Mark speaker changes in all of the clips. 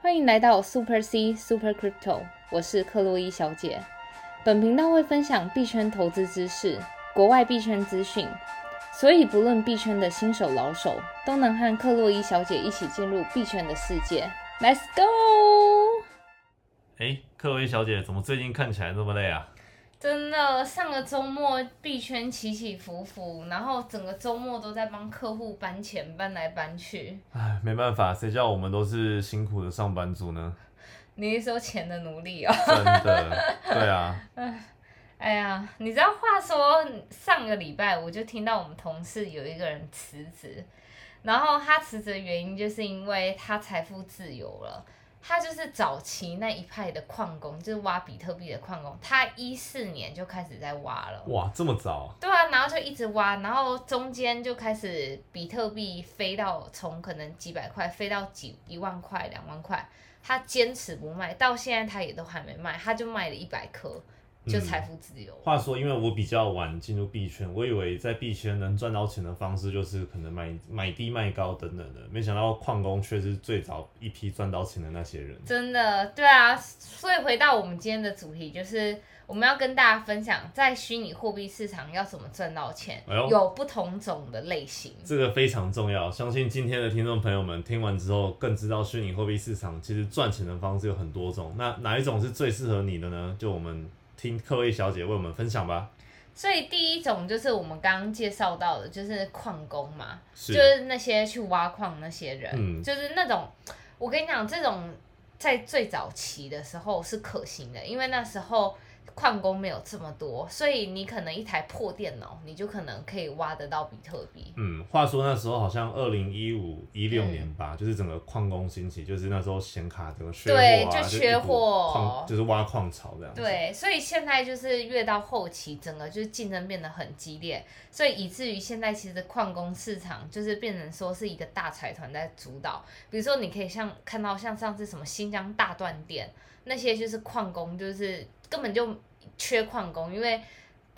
Speaker 1: 欢迎来到 Super C Super Crypto，我是克洛伊小姐。本频道会分享币圈投资知识、国外币圈资讯，所以不论币圈的新手老手，都能和克洛伊小姐一起进入币圈的世界。Let's go！
Speaker 2: 哎，克洛伊小姐，怎么最近看起来那么累啊？
Speaker 1: 真的，上个周末币圈起起伏伏，然后整个周末都在帮客户搬钱搬来搬去。
Speaker 2: 哎，没办法，谁叫我们都是辛苦的上班族 呢？
Speaker 1: 你是说钱的奴隶哦？
Speaker 2: 真的，对啊，
Speaker 1: 哎呀，你知道话说上个礼拜我就听到我们同事有一个人辞职，然后他辞职的原因就是因为他财富自由了。他就是早期那一派的矿工，就是挖比特币的矿工。他一四年就开始在挖了，
Speaker 2: 哇，这么早？
Speaker 1: 对啊，然后就一直挖，然后中间就开始比特币飞到从可能几百块飞到几一万块、两万块，他坚持不卖，到现在他也都还没卖，他就卖了一百颗，就
Speaker 2: 嗯
Speaker 1: 财富自由。
Speaker 2: 话说，因为我比较晚进入币圈，我以为在币圈能赚到钱的方式就是可能买买低卖高等等的，没想到矿工却是最早一批赚到钱的那些人。
Speaker 1: 真的，对啊，所以回到我们今天的主题，就是我们要跟大家分享，在虚拟货币市场要怎么赚到钱，
Speaker 2: 哎呦
Speaker 1: 有不同种的类型。
Speaker 2: 这个非常重要，相信今天的听众朋友们听完之后，更知道虚拟货币市场其实赚钱的方式有很多种。那哪一种是最适合你的呢？就我们听克洛伊小姐为我们分享吧。
Speaker 1: 所以第一种就是我们刚刚介绍到的，就是矿工嘛，
Speaker 2: 是
Speaker 1: 就是那些去挖矿那些人，
Speaker 2: 嗯
Speaker 1: 就是那种，我跟你讲，这种在最早期的时候是可行的，因为那时候矿工没有这么多，所以你可能一台破电脑，你就可能可以挖得到比特币。
Speaker 2: 嗯，话说那时候好像二零一五一六
Speaker 1: 嗯
Speaker 2: 年吧，就是整个矿工兴起，就是那时候显卡整个缺货
Speaker 1: 对
Speaker 2: 啊，
Speaker 1: 就
Speaker 2: 就一
Speaker 1: 缺
Speaker 2: 股
Speaker 1: 货
Speaker 2: 矿就是挖矿潮这样子。，
Speaker 1: 对，所以现在就是越到后期，整个就是竞争变得很激烈，所以以至于现在其实矿工市场就是变成说是一个大财团在主导。比如说，你可以像看到像上次什么新疆大断电那些，就是矿工就是根本就缺矿工，因为。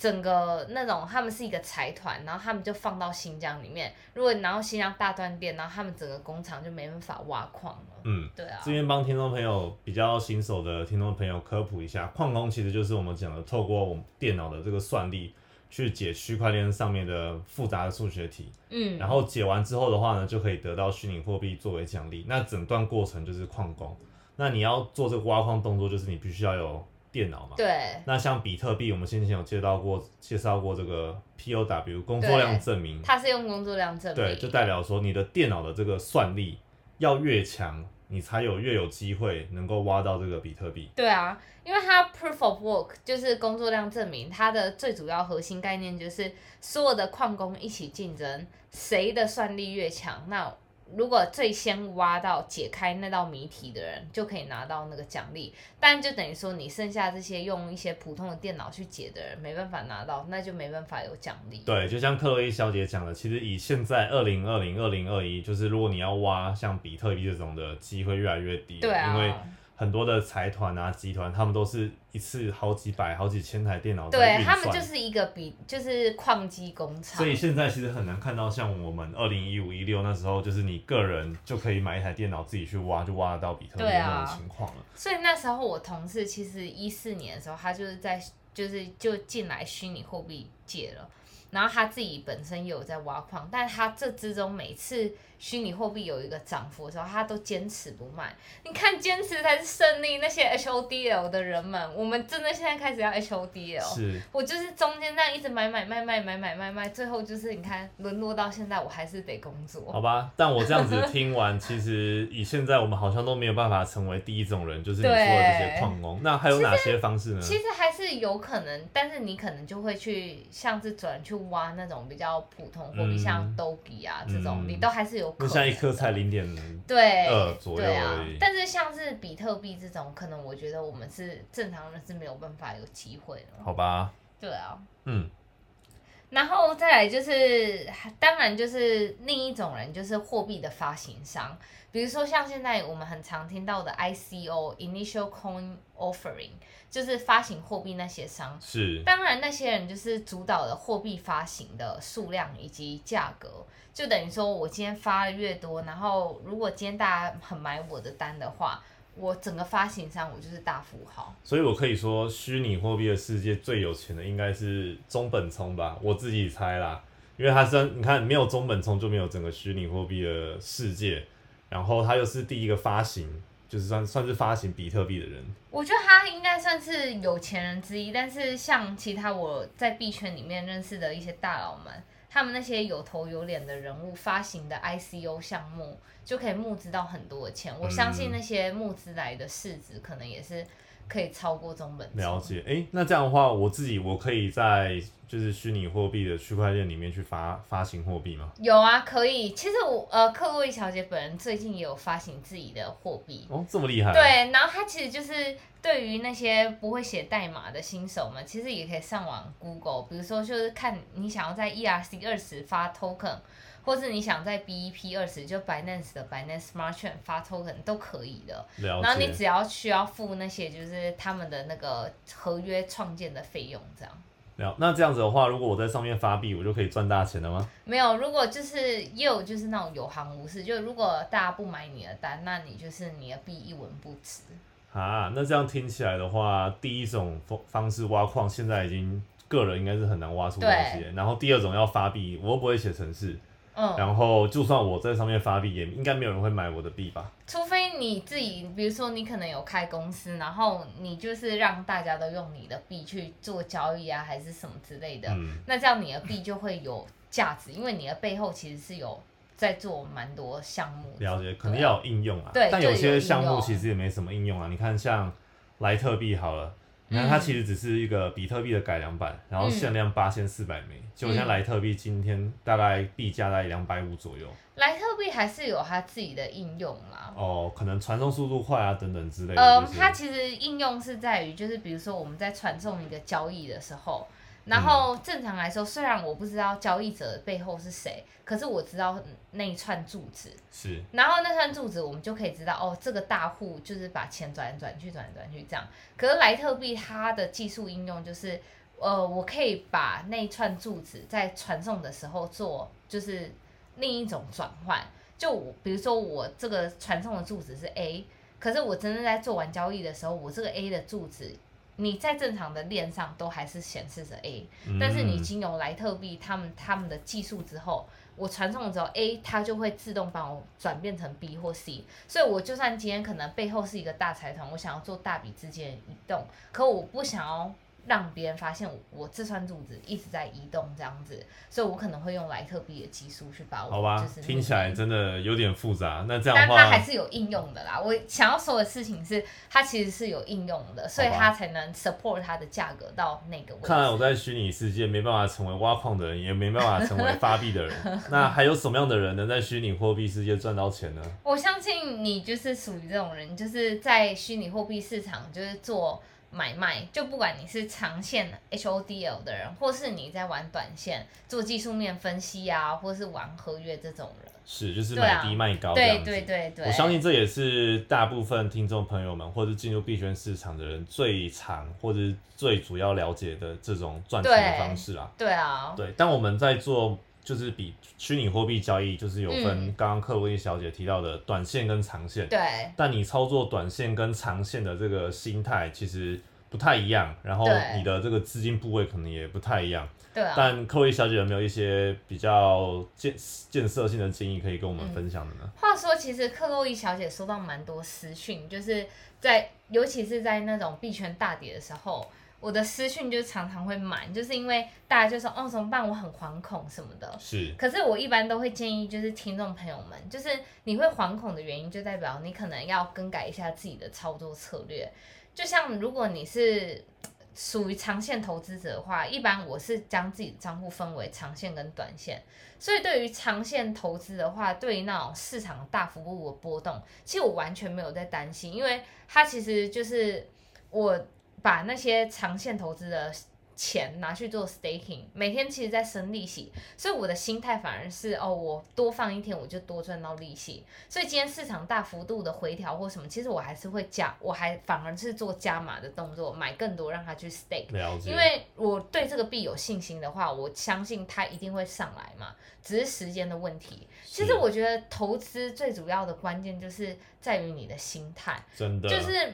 Speaker 1: 整个那种他们是一个财团，然后他们就放到新疆里面。如果然后新疆大断电，然后他们整个工厂就没办法挖矿了。
Speaker 2: 嗯，
Speaker 1: 对啊，
Speaker 2: 这边帮听众朋友比较新手的听众朋友科普一下，矿工其实就是我们讲的透过我们电脑的这个算力去解区块链上面的复杂的数学题，
Speaker 1: 嗯，
Speaker 2: 然后解完之后的话呢，就可以得到虚拟货币作为奖励。那整段过程就是矿工。那你要做这个挖矿动作，就是你必须要有电脑嘛。
Speaker 1: 对，
Speaker 2: 那像比特币，我们先前有介绍过介绍过这个 POW 工作
Speaker 1: 对
Speaker 2: 量证明，
Speaker 1: 他是用工作量证明。
Speaker 2: 对，就代表说你的电脑的这个算力要越强，你才有越有机会能够挖到这个比特币。
Speaker 1: 对啊，因为它 proof of work 就是工作量证明，它的最主要核心概念就是所有的矿工一起竞争，谁的算力越强，那如果最先挖到解开那道谜题的人，就可以拿到那个奖励。但就等于说，你剩下这些用一些普通的电脑去解的人，没办法拿到，那就没办法有奖励。
Speaker 2: 对，就像克洛伊小姐讲的，其实以现在二零二零、二零二一，就是如果你要挖像比特币这种的机会越来越低了，
Speaker 1: 对啊，
Speaker 2: 因为很多的财团啊、集团，他们都是一次好几百、好几千台电脑在
Speaker 1: 对
Speaker 2: 运
Speaker 1: 他们
Speaker 2: 算
Speaker 1: 就是一个比就是矿机工厂
Speaker 2: 所，以现在其实很难看到像我们二零一五一六那时候，就是你个人就可以买一台电脑自己去挖，就挖得到比特币
Speaker 1: 对啊
Speaker 2: 那种情况了。
Speaker 1: 所以那时候我同事其实一四年的时候，他就是在就是就进来虚拟货币界了，然后他自己本身也有在挖矿，但他这之中每次虚拟货币有一个涨幅的时候，他都坚持不卖。你看，坚持才是胜利。 那些 HODL 的人们，我们真的现在开始要 HODL。
Speaker 2: 是，
Speaker 1: 我就是中间这样一直买买卖卖买买卖卖，最后就是你看沦落到现在，我还是得工
Speaker 2: 好
Speaker 1: 作。
Speaker 2: 吧。但我这 样子听完，其实以现在我们好像都没有办法成为第一种人，就是你说的这些
Speaker 1: 对
Speaker 2: 矿工。那还有哪些方式呢？
Speaker 1: 其实还是有可能，但是你可能就会去像是转去挖那种比较普通货币，
Speaker 2: 嗯
Speaker 1: 像 Doge 啊这种，
Speaker 2: 嗯
Speaker 1: 你都还是有可
Speaker 2: 那
Speaker 1: 能。
Speaker 2: 像一颗才零点，
Speaker 1: 对
Speaker 2: 二左右
Speaker 1: 对啊
Speaker 2: 而已。
Speaker 1: 但是像是比特币这种，可能我觉得我们是正常人是没有办法有机会的。
Speaker 2: 好吧。
Speaker 1: 对啊，
Speaker 2: 嗯，
Speaker 1: 然后再来就是，当然就是另一种人，就是货币的发行商，比如说像现在我们很常听到的 ICO（Initial Coin Offering），就是发行货币那些商
Speaker 2: 是。
Speaker 1: 当然，那些人就是主导了货币发行的数量以及价格，就等于说我今天发的越多，然后如果今天大家很买我的单的话，我整个发行上我就是大富豪。
Speaker 2: 所以我可以说，虚拟货币的世界最有钱的应该是中本聪吧，我自己猜啦，因为他真你看没有中本聪就没有整个虚拟货币的世界，然后他又是第一个发行，就是算算是发行比特币的人。
Speaker 1: 我觉得他应该算是有钱人之一，但是像其他我在币圈里面认识的一些大佬们，他们那些有头有脸的人物发行的 ICO 项目，就可以募资到很多的钱。我相信那些募资来的市值可能也是可以超过中本
Speaker 2: 了
Speaker 1: 聪。
Speaker 2: 解，诶，那这样的话，我自己我可以在就是虚拟货币的区块链里面去发发行货币吗？
Speaker 1: 有啊，可以。其实我呃，克洛伊小姐本人最近也有发行自己的货币，
Speaker 2: 哦，这么厉害、啊？，
Speaker 1: 对，然后它其实就是对于那些不会写代码的新手们，其实也可以上网 Google，比如说就是看你想要在 ERC 二十发 token，或是你想在 BEP 二十就 Binance 的 Binance Smart Chain 发 token 都可以的。
Speaker 2: 了
Speaker 1: 然后你
Speaker 2: 解。
Speaker 1: 只要需要付那些就是他们的那个合约创建的费用，这样。
Speaker 2: 了，那这样子的话，如果我在上面发币，我就可以赚大钱了吗？
Speaker 1: 没有，如果就是也有就是那种有行无市，就如果大家不买你的单，那你就是你的币一文不值。
Speaker 2: 啊，那这样听起来的话，第一种方方式挖矿现在已经个人应该是很难挖出东西了，然后第二种要发币，我又不会写程式，
Speaker 1: 嗯，
Speaker 2: 然后就算我在上面发币，也应该没有人会买我的币吧？
Speaker 1: 除非你自己，比如说你可能有开公司，然后你就是让大家都用你的币去做交易啊，还是什么之类的，
Speaker 2: 嗯，
Speaker 1: 那这样你的币就会有价值，因为你的背后其实是有在做蛮多项目的。
Speaker 2: 了解，肯定要有应用啊。
Speaker 1: 对
Speaker 2: 但
Speaker 1: 对
Speaker 2: 有些
Speaker 1: 有
Speaker 2: 项
Speaker 1: 应
Speaker 2: 目
Speaker 1: 用
Speaker 2: 其实也没什么应用啊。你看，像莱特币好了，你看它
Speaker 1: 嗯
Speaker 2: 其实只是一个比特币的改良版，然后限量八千四百枚。就像
Speaker 1: 嗯
Speaker 2: 莱特币今天大概币价在两百五左右，
Speaker 1: 莱特币还是有它自己的应用啦。
Speaker 2: 哦，可能传送速度快啊等等之类的。
Speaker 1: 呃
Speaker 2: 就，是
Speaker 1: 它其实应用是在于，就是比如说我们在传送一个交易的时候，
Speaker 2: 嗯
Speaker 1: 然后正常来说，虽然我不知道交易者背后是谁，可是我知道那一串住址。
Speaker 2: 是
Speaker 1: 然后那串住址，我们就可以知道哦，这个大户就是把钱转来转去，转来转去这样。可是莱特币它的技术应用就是，呃，我可以把那一串住址在传送的时候做就是另一种转换。就我比如说我这个传送的住址是 A，可是我真正在做完交易的时候，我这个 A 的住址，你在正常的链上都还是显示着 A，但是你
Speaker 2: 嗯
Speaker 1: 经由莱特币他们他们的技术之后，我传送了之后，A 它就会自动帮我转变成 B 或 C，所以我就算今天可能背后是一个大财团，我想要做大笔资金的移动，可我不想要让别人发现我我这串柱子一直在移动这样子，所以我可能会用莱特币的技术去把我
Speaker 2: 好吧
Speaker 1: 就，是
Speaker 2: 听起来真的有点复杂。那这样
Speaker 1: 但
Speaker 2: 的
Speaker 1: 它还
Speaker 2: 话，
Speaker 1: 是有应用的啦。我想要说的事情是，它其实是有应用的，所以
Speaker 2: 好吧
Speaker 1: 它才能 support 它的价格到那个位置。
Speaker 2: 看来我在虚拟世界没办法成为挖矿的人，也没办法成为发币 的人。那还有什么样的人能在虚拟货币世界赚到钱呢？
Speaker 1: 我相信你就是属于这种人，就是在虚拟货币市场就是做买卖，就不管你是长线 HODL 的人，或是你在玩短线做技术面分析啊，或是玩合约这种人，
Speaker 2: 是，就是
Speaker 1: 对啊
Speaker 2: 买低卖高这样
Speaker 1: 对对
Speaker 2: 子。
Speaker 1: 对对，
Speaker 2: 我相信这也是大部分听众朋友们，或是进入币圈市场的人最常或者最主要了解的这种赚钱的
Speaker 1: 对
Speaker 2: 方式啦。
Speaker 1: 对啊，
Speaker 2: 对，但我们在做就是比虚拟货币交易，就是有分
Speaker 1: 嗯
Speaker 2: 刚刚克薇小姐提到的短线跟长线。
Speaker 1: 对
Speaker 2: 但你操作短线跟长线的这个心态其实不太一样，然后
Speaker 1: 对
Speaker 2: 你的这个资金部位可能也不太一样。
Speaker 1: 对啊。
Speaker 2: 但克洛伊小姐有没有一些比较建建设性的建议可以跟我们分享的呢？
Speaker 1: 话说，其实克洛伊小姐收到蛮多私讯，就是在尤其是在那种币圈大跌的时候，我的私讯就常常会满，就是因为大家就说哦怎么办，我很惶恐什么的，
Speaker 2: 是
Speaker 1: 可是我一般都会建议，就是听众朋友们，就是你会惶恐的原因，就代表你可能要更改一下自己的操作策略。就像如果你是属于长线投资者的话，一般我是将自己的账户分为长线跟短线。所以对于长线投资的话，对于那种市场大幅度的波动，其实我完全没有在担心，因为它其实就是我把那些长线投资的钱拿去做 staking，每天其实在生利息，所以我的心态反而是哦，我多放一天我就多赚到利息。所以今天市场大幅度的回调或什么，其实我还是会加，我还反而是做加码的动作，买更多让它去 stake。
Speaker 2: 了解，
Speaker 1: 因为我对这个币有信心的话，我相信它一定会上来嘛，只是时间的问题。其实我觉得投资最主要的关键就是在于你的心态，
Speaker 2: 真的
Speaker 1: 就是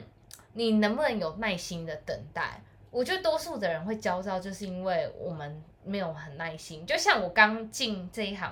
Speaker 1: 你能不能有耐心的等待。我觉得多数的人会焦躁，就是因为我们没有很耐心。就像我刚进这一行，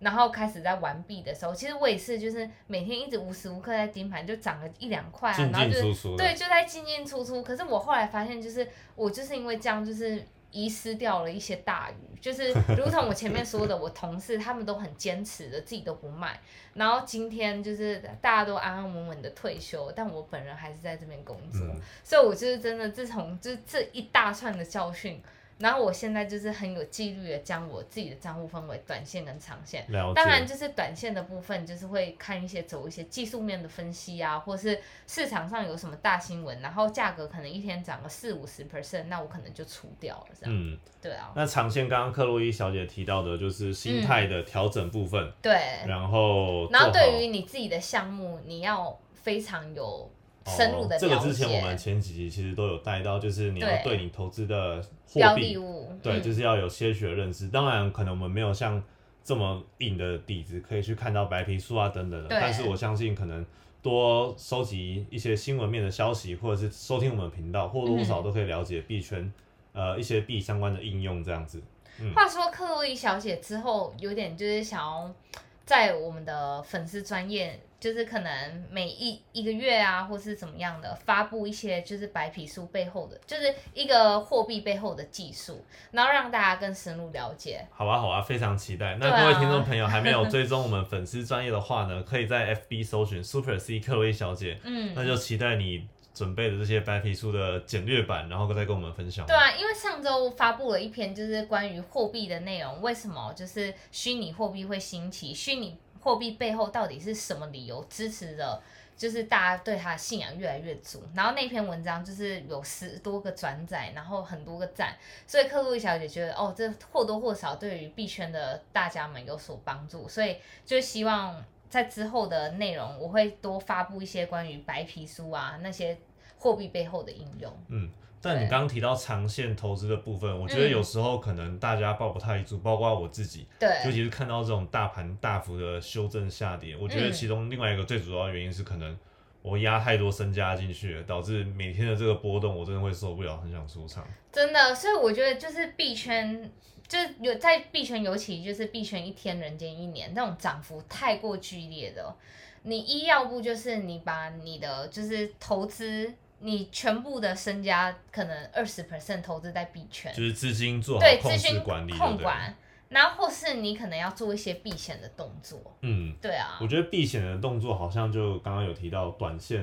Speaker 1: 然后开始在玩币的时候，其实我也是，就是每天一直无时无刻在盯盘，就涨了一两块啊，
Speaker 2: 进
Speaker 1: 然后
Speaker 2: 进
Speaker 1: 就
Speaker 2: 出出的，
Speaker 1: 对，就在进进出出。可是我后来发现，就是我就是因为这样，就是遗失掉了一些大鱼， 就是如同我前面说的，我同事他们都很坚持的，自己都不卖。然后今天就是大家都安安稳稳的退休，但我本人还是在这边工作，
Speaker 2: 嗯，
Speaker 1: 所以我就是真的，自从就是这一大串的教训。然后我现在就是很有纪律的将我自己的账户分为短线跟长线，
Speaker 2: 了
Speaker 1: 当然，
Speaker 2: 解，
Speaker 1: 就是短线的部分，就是会看一些走一些技术面的分析啊，或是市场上有什么大新闻，然后价格可能一天涨个四五十 percent，那我可能就出掉了，这样。
Speaker 2: 嗯，
Speaker 1: 对啊，
Speaker 2: 那长线刚刚克洛伊小姐提到的就是心态的调整部分，
Speaker 1: 对。
Speaker 2: 然后
Speaker 1: 嗯然后
Speaker 2: 做好
Speaker 1: 对于你自己的项目，你要非常有深入的了解。
Speaker 2: 哦、这个之前我们前几集其实都有带到，就是你要
Speaker 1: 对
Speaker 2: 对你投资的货
Speaker 1: 标的
Speaker 2: 币，
Speaker 1: 物，
Speaker 2: 对，
Speaker 1: 嗯
Speaker 2: 就是要有些许的认识。当然，可能我们没有像这么硬的底子，可以去看到白皮书啊等等的。
Speaker 1: 对
Speaker 2: 但是我相信，可能多收集一些新闻面的消息，或者是收听我们的频道，或多或少
Speaker 1: 嗯
Speaker 2: 都可以了解币圈、呃一些币相关的应用这样子。嗯
Speaker 1: 话说克洛伊小姐之后，有点就是想要在我们的粉丝专业，就是可能每一一个月啊，或是怎么样的，发布一些就是白皮书背后的，就是一个货币背后的技术，然后让大家更深入了解。
Speaker 2: 好啊，好啊，非常期待。
Speaker 1: 对啊
Speaker 2: 那各位听众朋友还没有追踪我们粉丝专业的话呢，可以在 FB 搜寻 Super C 克洛伊小姐，
Speaker 1: 嗯，
Speaker 2: 那就期待你准备的这些白皮书的简略版，然后再跟我们分享。
Speaker 1: 对啊，因为上周发布了一篇就是关于货币的内容，为什么就是虚拟货币会兴起？虚拟货币背后到底是什么理由支持着？就是大家对它的信仰越来越足，然后那篇文章就是有十多个转载，然后很多个赞，所以克洛伊小姐觉得哦，这或多或少对于币圈的大家们有所帮助，所以就希望在之后的内容我会多发布一些关于白皮书啊那些货币背后的应用。
Speaker 2: 嗯，但你刚刚提到长线投资的部分，我觉得
Speaker 1: 嗯
Speaker 2: 有时候可能大家抱不太住，包括我自己，
Speaker 1: 对，
Speaker 2: 尤其是看到这种大盘大幅的修正下跌，我觉得
Speaker 1: 嗯
Speaker 2: 其中另外一个最主要的原因是可能。我压太多身家进去了，导致每天的这个波动，我真的会受不了，很想出场。
Speaker 1: 真的，所以我觉得就是币圈，就是有在币圈，尤其就是币圈一天人间一年那种涨幅太过剧烈的，你一要不就是你把你的就是投资，你全部的身家可能二十 percent 投资在币圈，
Speaker 2: 就是资金做好
Speaker 1: 对，
Speaker 2: 控
Speaker 1: 资
Speaker 2: 制
Speaker 1: 讯
Speaker 2: 管理，对
Speaker 1: 控
Speaker 2: 不对？
Speaker 1: 管，然后或是你可能要做一些避险的动作，
Speaker 2: 嗯，
Speaker 1: 对啊
Speaker 2: 我，觉得避险的动作好像就刚刚有提到短线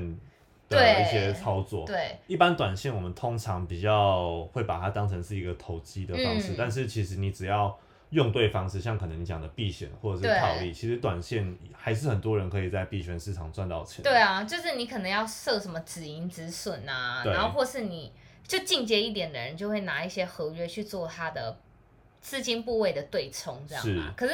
Speaker 2: 的
Speaker 1: 对
Speaker 2: 一些操作。
Speaker 1: 对，
Speaker 2: 一般短线我们通常比较会把它当成是一个投机的方式，
Speaker 1: 嗯
Speaker 2: 但是其实你只要用对方式，像可能你讲的避险或者是
Speaker 1: 对
Speaker 2: 套利，其实短线还是很多人可以在币圈市场赚到钱。
Speaker 1: 对，啊，就是你可能要设什么止盈止损啊，
Speaker 2: 对
Speaker 1: 然后或是你就进阶一点的人就会拿一些合约去做他的资金部位的对冲，这样嘛
Speaker 2: 是。
Speaker 1: 可是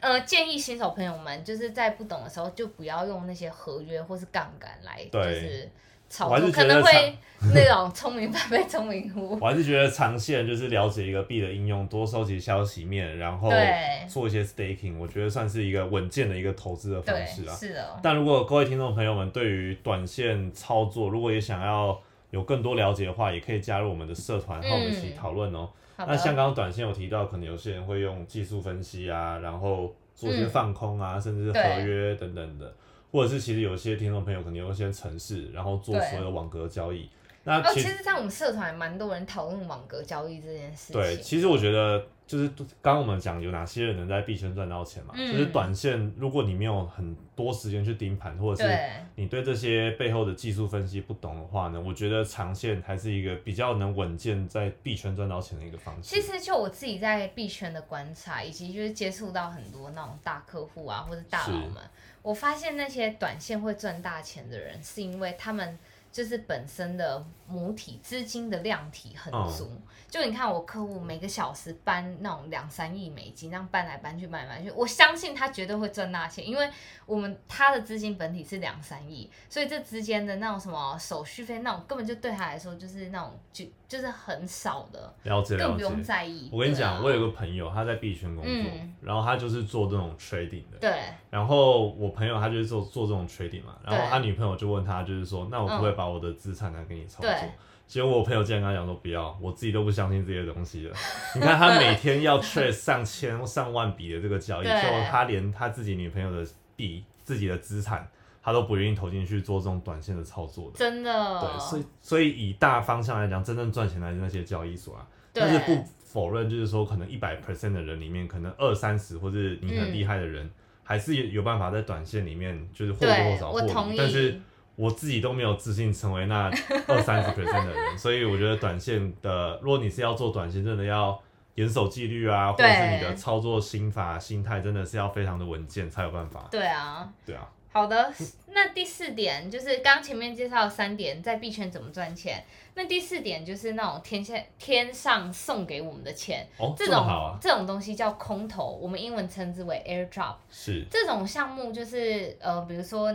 Speaker 1: 呃，建议新手朋友们就是在不懂的时候就不要用那些合约或是杠杆来就
Speaker 2: 对
Speaker 1: 是
Speaker 2: 我
Speaker 1: 炒
Speaker 2: 还
Speaker 1: 作，
Speaker 2: 是
Speaker 1: 可
Speaker 2: 觉得
Speaker 1: 能会 那种聪明反被聪明误。
Speaker 2: 我还是觉得长线就是了解一个币的应用，多收集消息面，然后
Speaker 1: 对
Speaker 2: 做一些 staking，我觉得算是一个稳健的一个投资的方
Speaker 1: 对，
Speaker 2: 式啦。啊
Speaker 1: 是的，
Speaker 2: 但如果各位听众朋友们对于短线操作，如果也想要有更多了解的话，也可以加入我们的社团和我们一起
Speaker 1: 嗯
Speaker 2: 讨论哦。
Speaker 1: 好
Speaker 2: 那像
Speaker 1: 的，
Speaker 2: 刚刚短线有提到，可能有些人会用技术分析啊，然后做一些
Speaker 1: 嗯
Speaker 2: 放空啊，甚至是合
Speaker 1: 对
Speaker 2: 约等等的，或者是其实有些听众朋友可能有一些城市，然后做
Speaker 1: 对
Speaker 2: 所有的网格交易。那
Speaker 1: 哦，
Speaker 2: 其
Speaker 1: 其
Speaker 2: 实、
Speaker 1: 实，在我们社团还蛮多人讨论网格交易这件事情。
Speaker 2: 对，其实我觉得就是刚刚我们讲有哪些人能在币圈赚到钱嘛，
Speaker 1: 嗯
Speaker 2: 就是短线如果你没有很多时间去盯盘，或者是
Speaker 1: 对，
Speaker 2: 你对这些背后的技术分析不懂的话呢，我觉得长线还是一个比较能稳健在币圈赚到钱的一个方式。
Speaker 1: 其实就我自己在币圈的观察，以及就是接触到很多那种大客户啊，或者大佬们，我发现那些短线会赚大钱的人，是因为他们就是本身的母体资金的量体很
Speaker 2: 嗯
Speaker 1: 足。就你看我客户每个小时搬那种两三亿美金，这样搬来搬去搬来搬去，我相信他绝对会赚大钱，因为我们他的资金本体是两三亿，所以这之间的那种什么手续费那种根本就对他来说就是那种就就是很少的，
Speaker 2: 了解
Speaker 1: 更
Speaker 2: 了
Speaker 1: 不用
Speaker 2: 解。
Speaker 1: 在意。
Speaker 2: 我跟你
Speaker 1: 对啊
Speaker 2: 讲，我有个朋友，他在币圈工作，
Speaker 1: 嗯
Speaker 2: 然后他就是做这种 trading 的。
Speaker 1: 对
Speaker 2: 然后我朋友他就是做做这种 trading 嘛，然后
Speaker 1: 对
Speaker 2: 他女朋友就问他，就是说，那我可不可以把我的资产来给你操作？
Speaker 1: 嗯对
Speaker 2: 结果我朋友竟然跟他讲说不要，我自己都不相信这些东西了。 你看他每天要 trade 上千上万笔的这个交易，
Speaker 1: 对
Speaker 2: 结果他连他自己女朋友的币、自己的资产，他都不愿意投进去做这种短线的操作的。
Speaker 1: 真的，
Speaker 2: 对，所以所以以大方向来讲，真正赚钱来的是那些交易所啊，
Speaker 1: 对
Speaker 2: 但是不否认，就是说可能一百 percent 的人里面，可能二三十或是你
Speaker 1: 嗯
Speaker 2: 很厉害的人，还是有有办法在短线里面就是或多或
Speaker 1: 对
Speaker 2: 少
Speaker 1: 我
Speaker 2: 获
Speaker 1: 同
Speaker 2: 利
Speaker 1: 意，，
Speaker 2: 但是。我自己都没有自信成为那二三十 percent 的 人，所以我觉得短线的，如果你是要做短线，真的要严守纪律啊，或者是你的
Speaker 1: 对
Speaker 2: 操作心法、心态，真的是要非常的稳健才有办法。
Speaker 1: 对啊，
Speaker 2: 对啊，
Speaker 1: 好的，那第四点就是刚前面介绍的三点，在币圈怎么赚钱。那第四点就是那种天下天上送给我们的钱，
Speaker 2: 哦，
Speaker 1: 这
Speaker 2: 这
Speaker 1: 种
Speaker 2: 么好啊，
Speaker 1: 这种东西叫空投，我们英文称之为 airdrop。
Speaker 2: 是
Speaker 1: 这种项目就是呃，比如说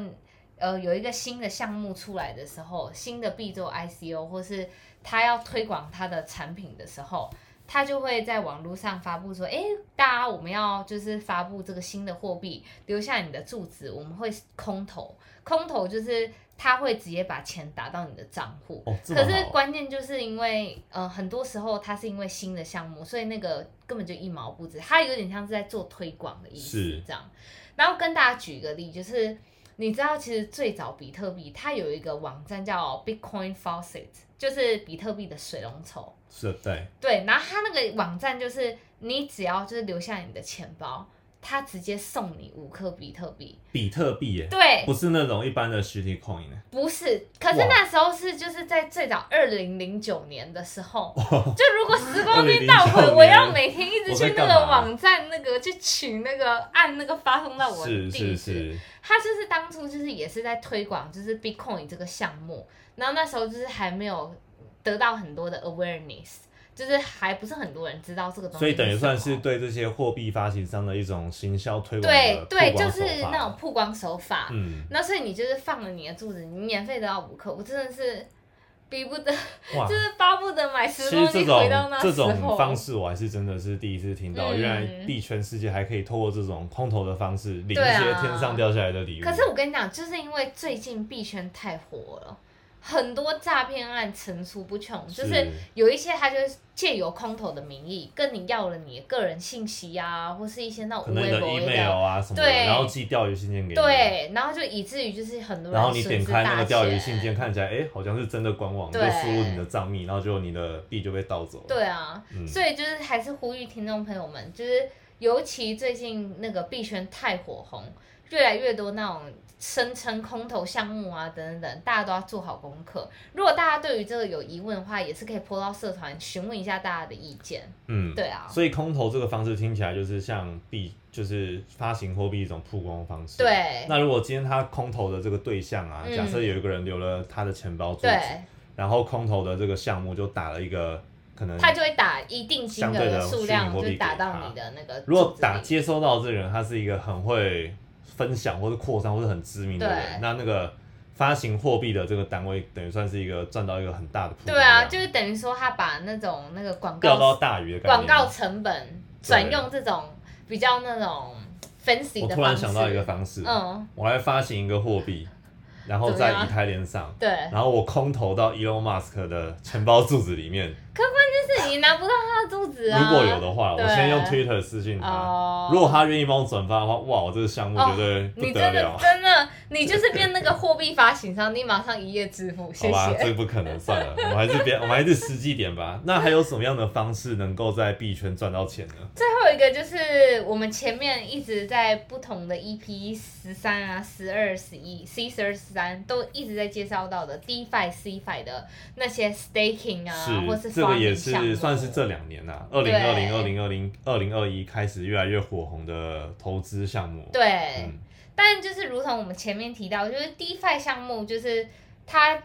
Speaker 1: 呃，有一个新的项目出来的时候，新的币做 ICO，或是他要推广他的产品的时候，他就会在网络上发布说，诶，大家我们要就是发布这个新的货币，留下你的住址，我们会空投，空投就是他会直接把钱打到你的账户，
Speaker 2: 哦，这么
Speaker 1: 可是
Speaker 2: 好啊，
Speaker 1: 关键就是因为，呃，很多时候它是因为新的项目，所以那个根本就一毛不值，它有点像是在做推广的意思
Speaker 2: 是
Speaker 1: 这样。然后跟大家举一个例，就是你知道，其实最早比特币它有一个网站叫 Bitcoin Faucet，就是比特币的水龙头。
Speaker 2: 是的，对，
Speaker 1: 对，然后他那个网站就是你只要就是留下你的钱包，它直接送你五颗比特币。
Speaker 2: 比特币耶，
Speaker 1: 对，
Speaker 2: 不是那种一般的实体 coin 耶
Speaker 1: 不是，可是
Speaker 2: 哇
Speaker 1: 那时候是就是在最早二零零九年的时候，就如果时光
Speaker 2: 2009
Speaker 1: 机倒回，
Speaker 2: 年
Speaker 1: 我要每天一直
Speaker 2: 我在
Speaker 1: 去那
Speaker 2: 干
Speaker 1: 个
Speaker 2: 嘛
Speaker 1: 网站那个去取那个按那个发送到我的
Speaker 2: 是
Speaker 1: 地
Speaker 2: 是
Speaker 1: 址。
Speaker 2: 是，
Speaker 1: 他就是当初就是也是在推广就是 Bitcoin 这个项目，然后那时候就是还没有得到很多的 awareness，就是还不是很多人知道这个东西什么。
Speaker 2: 所以等于算是对这些货币发行商的一种行销推广
Speaker 1: 对
Speaker 2: 的
Speaker 1: 对，
Speaker 2: 曝
Speaker 1: 就
Speaker 2: 光
Speaker 1: 是
Speaker 2: 手法
Speaker 1: 那种曝光手法。
Speaker 2: 嗯，
Speaker 1: 那所以你就是放了你的住址，你免费得到五颗，我真的是逼不得，
Speaker 2: 哇
Speaker 1: 就。是巴不得买
Speaker 2: 其
Speaker 1: 时
Speaker 2: 实
Speaker 1: 光
Speaker 2: 这
Speaker 1: 机
Speaker 2: 种
Speaker 1: 回到那时
Speaker 2: 这
Speaker 1: 候。
Speaker 2: 种方式，我还是真的是第一次听到，
Speaker 1: 嗯
Speaker 2: 原来币圈世界还可以透过这种空投的方式领一
Speaker 1: 对啊
Speaker 2: 些天上掉下来的礼物。
Speaker 1: 可是我跟你讲，就是因为最近币圈太火了，很多诈骗案层出不穷，就是有一些他就是借由空投的名义跟你要了你的个人信息啊，或是一些那
Speaker 2: 可
Speaker 1: 种
Speaker 2: 能你
Speaker 1: 微
Speaker 2: 的
Speaker 1: 博
Speaker 2: email 啊什么的，
Speaker 1: 对
Speaker 2: 然后寄钓鱼信件给你，，
Speaker 1: 对，然后就以至于就是很多人
Speaker 2: 然后你点开那个钓鱼信
Speaker 1: 损失大
Speaker 2: 件，
Speaker 1: 钱，
Speaker 2: 看起来哎、好像是真的官网，你
Speaker 1: 对
Speaker 2: 就输入你的账密，然后就你的币就被盗走了。
Speaker 1: 对啊，
Speaker 2: 嗯，
Speaker 1: 所以就是还是呼吁听众朋友们，就是尤其最近那个币圈太火红，越来越多那种声称空投项目啊等等等，大家都要做好功课。如果大家对于这个有疑问的话，也是可以 po 到社团询问一下大家的意见。
Speaker 2: 嗯，
Speaker 1: 对啊，
Speaker 2: 所以空投这个方式听起来就是像币，就是发行货币一种曝光方式。。
Speaker 1: 对
Speaker 2: 那如果今天他空投的这个对象啊，
Speaker 1: 嗯
Speaker 2: 假设有一个人留了他的钱包住址，
Speaker 1: 对，
Speaker 2: 然后空投的这个项目就打了一个可能，
Speaker 1: 他就会打一定金额
Speaker 2: 相对的
Speaker 1: 数量，
Speaker 2: 虚拟货
Speaker 1: 就
Speaker 2: 币
Speaker 1: 是打
Speaker 2: 给
Speaker 1: 到
Speaker 2: 他
Speaker 1: 你的那个。
Speaker 2: 如果打，接收到的这个人，他是一个很会分享或者扩散或者很知名的
Speaker 1: 对
Speaker 2: 人，那那个发行货币的这个单位等于算是一个赚到一个很大的曝光
Speaker 1: 对啊，
Speaker 2: 量，
Speaker 1: 就是等于说他把那种那个广
Speaker 2: 钓到
Speaker 1: 告
Speaker 2: 大鱼的概念。
Speaker 1: 广告成本转用这种比较那种 fancy
Speaker 2: 我
Speaker 1: 的
Speaker 2: 突
Speaker 1: 方
Speaker 2: 然
Speaker 1: 式。
Speaker 2: 想到一个方式，
Speaker 1: 嗯，
Speaker 2: 我来发行一个货币，然后
Speaker 1: 怎么
Speaker 2: 在
Speaker 1: 样
Speaker 2: 以太链上。
Speaker 1: 对，
Speaker 2: 然后我空投到 Elon Musk 的钱包住址里面，
Speaker 1: 就是你拿不到他的住址啊。
Speaker 2: 如果有的话，
Speaker 1: 对
Speaker 2: 我先用 Twitter 私信他。
Speaker 1: 哦，
Speaker 2: 如果他愿意帮我转发的话，哇，我这个项目绝对不
Speaker 1: 你
Speaker 2: 得
Speaker 1: 真的
Speaker 2: 了，
Speaker 1: 真的，你就是变那个货币发行商，你马上一夜致富，谢
Speaker 2: 好吧，
Speaker 1: 谢。
Speaker 2: 这不可能，算了，我们还是别，我们还是实际点吧。那还有什么样的方式能够在币圈赚到钱呢？
Speaker 1: 最后一个就是我们前面一直在不同的 EP 十三啊、十二、十一、C 十二、十三都一直在介绍到的 DeFi、CFi 的那些 staking 啊，或
Speaker 2: 是，
Speaker 1: 是
Speaker 2: 这个也
Speaker 1: farming 项目
Speaker 2: 是算是这两年呐，二零二零、二零二零、二零二一开始越来越火红的投资项目。
Speaker 1: 对。
Speaker 2: 嗯，
Speaker 1: 但就是如同我们前面提到，就是 DeFi 项目，就是它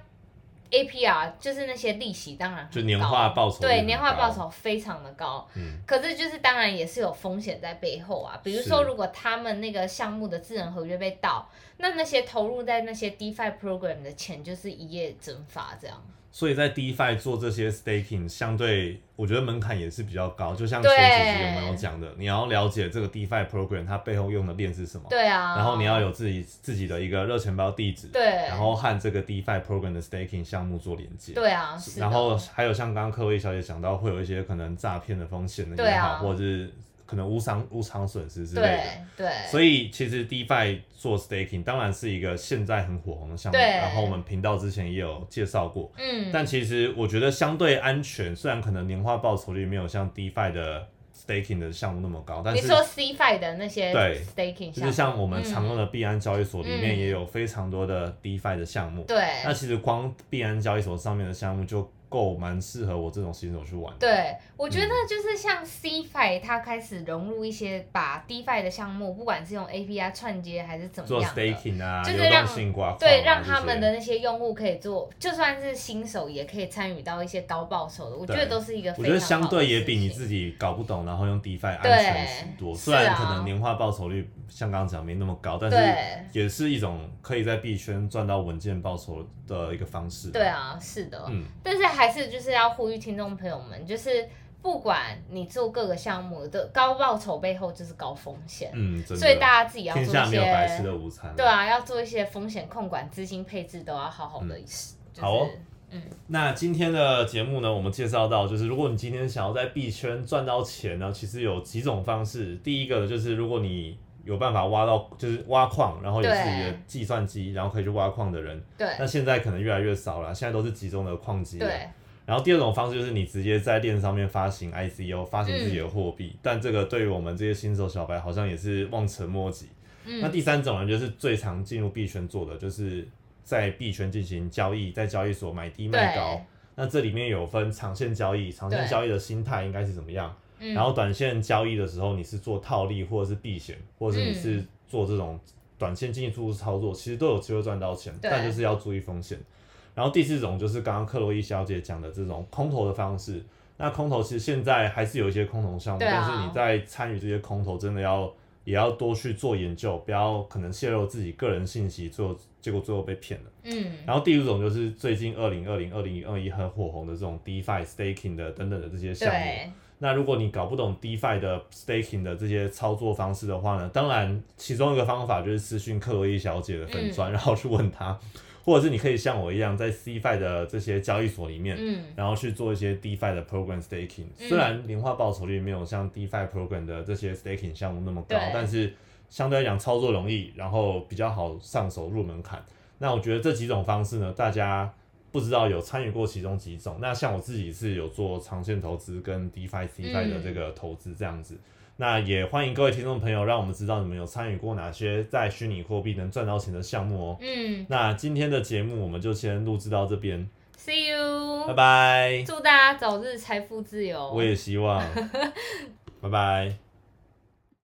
Speaker 1: APR 就是那些利息，当然很
Speaker 2: 就年化
Speaker 1: 高
Speaker 2: 报酬率
Speaker 1: 对
Speaker 2: 很
Speaker 1: 年化
Speaker 2: 高
Speaker 1: 报酬非常的高。
Speaker 2: 嗯，
Speaker 1: 可是就是当然也是有风险在背后啊，比如
Speaker 2: 是
Speaker 1: 说如果他们那个项目的智能合约被盗，那那些投入在那些 DeFi program 的钱就是一夜蒸发这样。
Speaker 2: 所以在 DeFi 做这些 staking，相对我觉得门槛也是比较高。就像
Speaker 1: 对
Speaker 2: 前几集有没有讲的，你要了解这个 DeFi program 它背后用的链是什么，
Speaker 1: 对啊，
Speaker 2: 然后你要有自己自己的一个热钱包地址，
Speaker 1: 对，
Speaker 2: 然后和这个 DeFi program 的 staking 项目做连接。
Speaker 1: 对啊，是的
Speaker 2: 然后还有像刚刚柯薇小姐讲到，会有一些可能诈骗的风险的
Speaker 1: 对
Speaker 2: 也好，
Speaker 1: 啊
Speaker 2: 或者是可能无偿无偿损失之类的。
Speaker 1: 对对，
Speaker 2: 所以其实 DeFi 做 staking 当然是一个现在很火红的项目，
Speaker 1: 对
Speaker 2: 然后我们频道之前也有介绍过。
Speaker 1: 嗯，
Speaker 2: 但其实我觉得相对安全，虽然可能年化报酬率没有像 DeFi 的 staking 的项目那么高，但
Speaker 1: 你
Speaker 2: 是
Speaker 1: 说 CFI 的那些
Speaker 2: 对
Speaker 1: staking 项
Speaker 2: 就是
Speaker 1: 目，
Speaker 2: 像我们常用的币安交易所里面
Speaker 1: 嗯
Speaker 2: 也有非常多的 DeFi 的项目。
Speaker 1: 对
Speaker 2: 那其实光币安交易所上面的项目就够蛮适合我这种新手去玩的。
Speaker 1: 对，我觉得
Speaker 2: 嗯
Speaker 1: 就是像 CFI，它开始融入一些把 DeFi 的项目，不管是用 API 串接还是怎么
Speaker 2: 做
Speaker 1: 样的
Speaker 2: staking 啊，
Speaker 1: 就是
Speaker 2: 流动
Speaker 1: 让
Speaker 2: 性挂靠
Speaker 1: 对，
Speaker 2: 啊
Speaker 1: 让
Speaker 2: 这
Speaker 1: 他们
Speaker 2: 些
Speaker 1: 的那些用户可以做，就算是新手也可以参与到一些高报酬的，我觉得
Speaker 2: 对
Speaker 1: 都是一个非
Speaker 2: 我觉
Speaker 1: 常
Speaker 2: 得相对也比你
Speaker 1: 己
Speaker 2: 自己搞不懂，然后用 DeFi 安
Speaker 1: 对
Speaker 2: 全许多。
Speaker 1: 是
Speaker 2: 虽然可
Speaker 1: 啊
Speaker 2: 能年化报酬率像刚刚讲没那么高，但是
Speaker 1: 对
Speaker 2: 也是一种可以在币圈赚到稳健报酬的一个方式。
Speaker 1: 对，啊，是的，
Speaker 2: 嗯，
Speaker 1: 但是还是就是要呼吁听众朋友们，就是不管你做各个项目的高报酬背后就是高风险，
Speaker 2: 嗯，真的。
Speaker 1: 所以大家自己要做
Speaker 2: 天
Speaker 1: 一
Speaker 2: 下没有白吃
Speaker 1: 些
Speaker 2: 的午餐。
Speaker 1: 对。啊，要做一些风险控管、资金配置都要好好的，就是
Speaker 2: 好哦那今天的节目呢，我们介绍到，就是如果你今天想要在币圈赚到钱呢，其实有几种方式。第一个呢，就是如果你有办法挖到，就是挖矿，然后有自己的
Speaker 1: 对
Speaker 2: 计算机，然后可以去挖矿的人，
Speaker 1: 对
Speaker 2: 那现在可能越来越少了，现在都是集中的矿机了。啊
Speaker 1: 对
Speaker 2: 然后第二种方式就是你直接在链上面发行 ICO，发行自己的货
Speaker 1: 嗯
Speaker 2: 币，但这个对于我们这些新手小白好像也是望尘莫及。
Speaker 1: 嗯
Speaker 2: 那第三种呢，就是最常进入币圈做的，就是在币圈进行交易，在交易所买低卖高
Speaker 1: 对。
Speaker 2: 那这里面有分长线交易，长线
Speaker 1: 对
Speaker 2: 交易的心态应该是怎么样？
Speaker 1: 嗯
Speaker 2: 然后短线交易的时候，你是做套利或者是避险，或者是你是
Speaker 1: 嗯
Speaker 2: 做这种短线进出操作，其实都有机会赚到钱，
Speaker 1: 对
Speaker 2: 但就是要注意风险。然后第四种就是刚刚克洛伊小姐讲的这种空投的方式。那空投其实现在还是有一些空投项目，
Speaker 1: 对啊
Speaker 2: 但是你在参与这些空投，真的要也要多去做研究，不要可能泄露自己个人信息，最后结果最后被骗了。
Speaker 1: 嗯
Speaker 2: 然后第五种就是最近二零二零、二零二一很火红的这种 DeFi staking 的等等的这些项目。
Speaker 1: 对
Speaker 2: 那如果你搞不懂 DeFi 的 staking 的这些操作方式的话呢，当然其中一个方法就是私讯克洛伊小姐的粉砖，然后去问她，或者是你可以像我一样在 CFI 的这些交易所里面，
Speaker 1: 嗯
Speaker 2: 然后去做一些 DeFi 的 program staking。
Speaker 1: 嗯
Speaker 2: 虽然年化报酬率没有像 DeFi program 的这些 staking 项目那么高
Speaker 1: 对，
Speaker 2: 但是相对来讲操作容易，然后比较好上手入门槛。那我觉得这几种方式呢，大家不知道有参与过其中几种。那像我自己是有做长线投资跟 DeFi、CFI
Speaker 1: 嗯
Speaker 2: 的这个投资这样子。那也欢迎各位听众朋友，让我们知道你们有参与过哪些在虚拟货币能赚到钱的项目哦。
Speaker 1: 嗯
Speaker 2: 那今天的节目我们就先录制到这边，
Speaker 1: ，See you，
Speaker 2: 拜拜。
Speaker 1: 哦祝大家早日财富自由，
Speaker 2: 我也希望。拜拜。